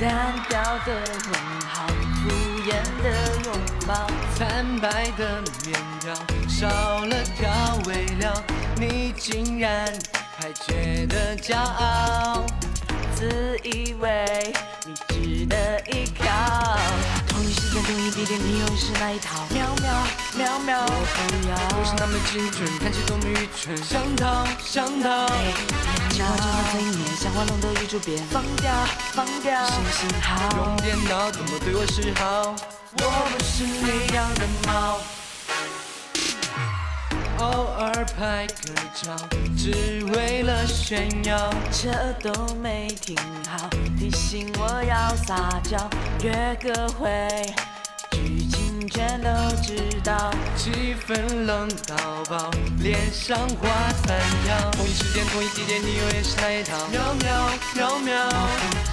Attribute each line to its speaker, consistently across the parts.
Speaker 1: 单调的问好，敷衍的拥抱，
Speaker 2: 惨白的面条少了调味料，你竟然还觉得骄傲。
Speaker 1: 自以为你值得依靠。同一时间，同一地点，你又是那一套？喵喵喵喵，我不要。
Speaker 2: 不是那么精准，看起多么愚蠢，想逃想逃。
Speaker 1: 情话就像催眠，想画龙的玉珠别放掉放掉。行行好
Speaker 2: 用，电脑怎么对我示好？我不是你养的猫。偶尔拍个照，只为了炫耀。
Speaker 1: 这都没听好，提醒我要撒娇，约个会，剧情全都知道。
Speaker 2: 气氛冷到爆，脸上画三条。同一时间，同一地点，你永远是那一套。喵喵喵喵，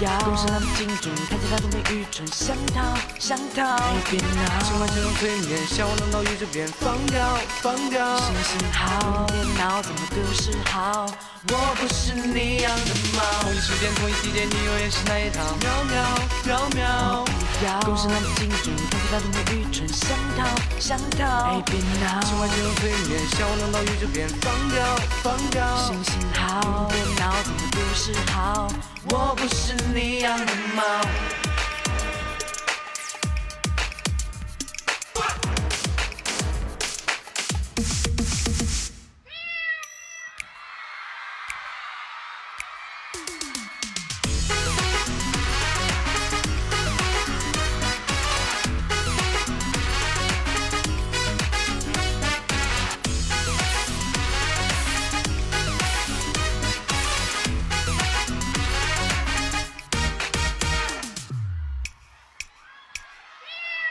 Speaker 1: 要不是那么精准，看起来多么愚蠢，想逃想逃，
Speaker 2: 哎
Speaker 1: 别
Speaker 2: 情
Speaker 1: 闹
Speaker 2: 话。就像催眠，笑我冷到宇宙变。放掉放掉，
Speaker 1: 行行好，别闹，怎么对我示好？
Speaker 2: 我不是你养的猫。同一时间，同一地点，你永远是那一套。喵喵喵喵，
Speaker 1: 要公式那么精准，看起来多么愚蠢，想逃想逃，哎别闹。
Speaker 2: 情话就像催眠，笑我冷到宇宙变。放掉放掉，
Speaker 1: 行行好，别闹，怎么对我示好？
Speaker 2: 我不是你养的猫。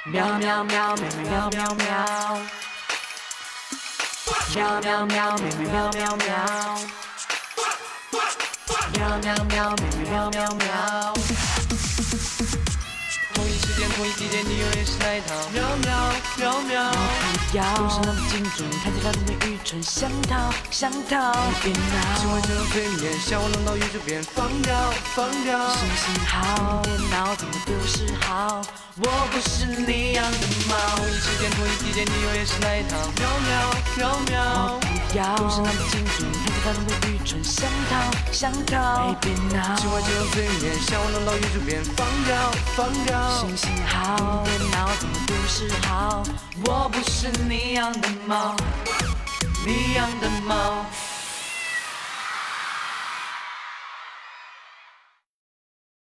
Speaker 1: 喵喵喵，妹妹喵喵喵。喵喵喵，妹妹喵喵喵。喵喵喵，妹妹喵喵喵。
Speaker 2: 同一时间，同一地点，你永远是那一套。喵喵喵喵，
Speaker 1: 要公式那么精准，看起来多么愚蠢，想逃想逃，别
Speaker 2: 情
Speaker 1: 闹
Speaker 2: 话。就像催眠，像我冷到宇宙变。放掉放掉，
Speaker 1: 行行好，别闹，怎么对我示好？
Speaker 2: 我不是你养的猫。同一时间，同一地点，你永远是那一套。喵喵喵喵，
Speaker 1: 不要公式那么精准，看起来多么愚蠢，想逃想逃，哎别闹。
Speaker 2: 情话就像催眠，像我冷到宇宙变。放掉放掉，
Speaker 1: 行行好，别闹，怎么对我示好？
Speaker 2: 我不是你养的猫，你养的猫。